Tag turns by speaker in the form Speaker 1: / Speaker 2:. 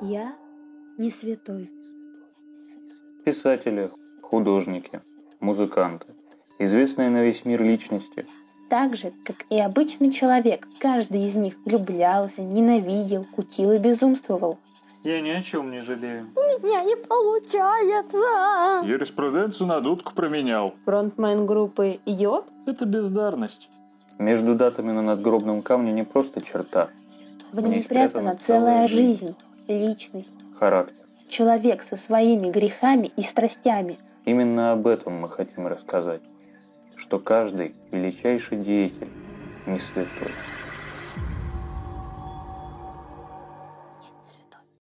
Speaker 1: Я не святой.
Speaker 2: Писатели, художники, музыканты, известные на весь мир личности.
Speaker 1: Так же, как и обычный человек, каждый из них влюблялся, ненавидел, кутил и безумствовал.
Speaker 3: Я ни о чем не жалею.
Speaker 4: меня не получается.
Speaker 5: Юриспруденцию на дудку променял.
Speaker 1: Фронтмен группы «Идиот»
Speaker 3: Это бездарность.
Speaker 2: Между датами на надгробном камне не просто черта,
Speaker 1: в ней спрятана целая жизнь, личность.
Speaker 2: характер.
Speaker 1: Человек со своими грехами и страстями.
Speaker 2: Именно об этом мы хотим рассказать, что каждый величайший деятель не святой.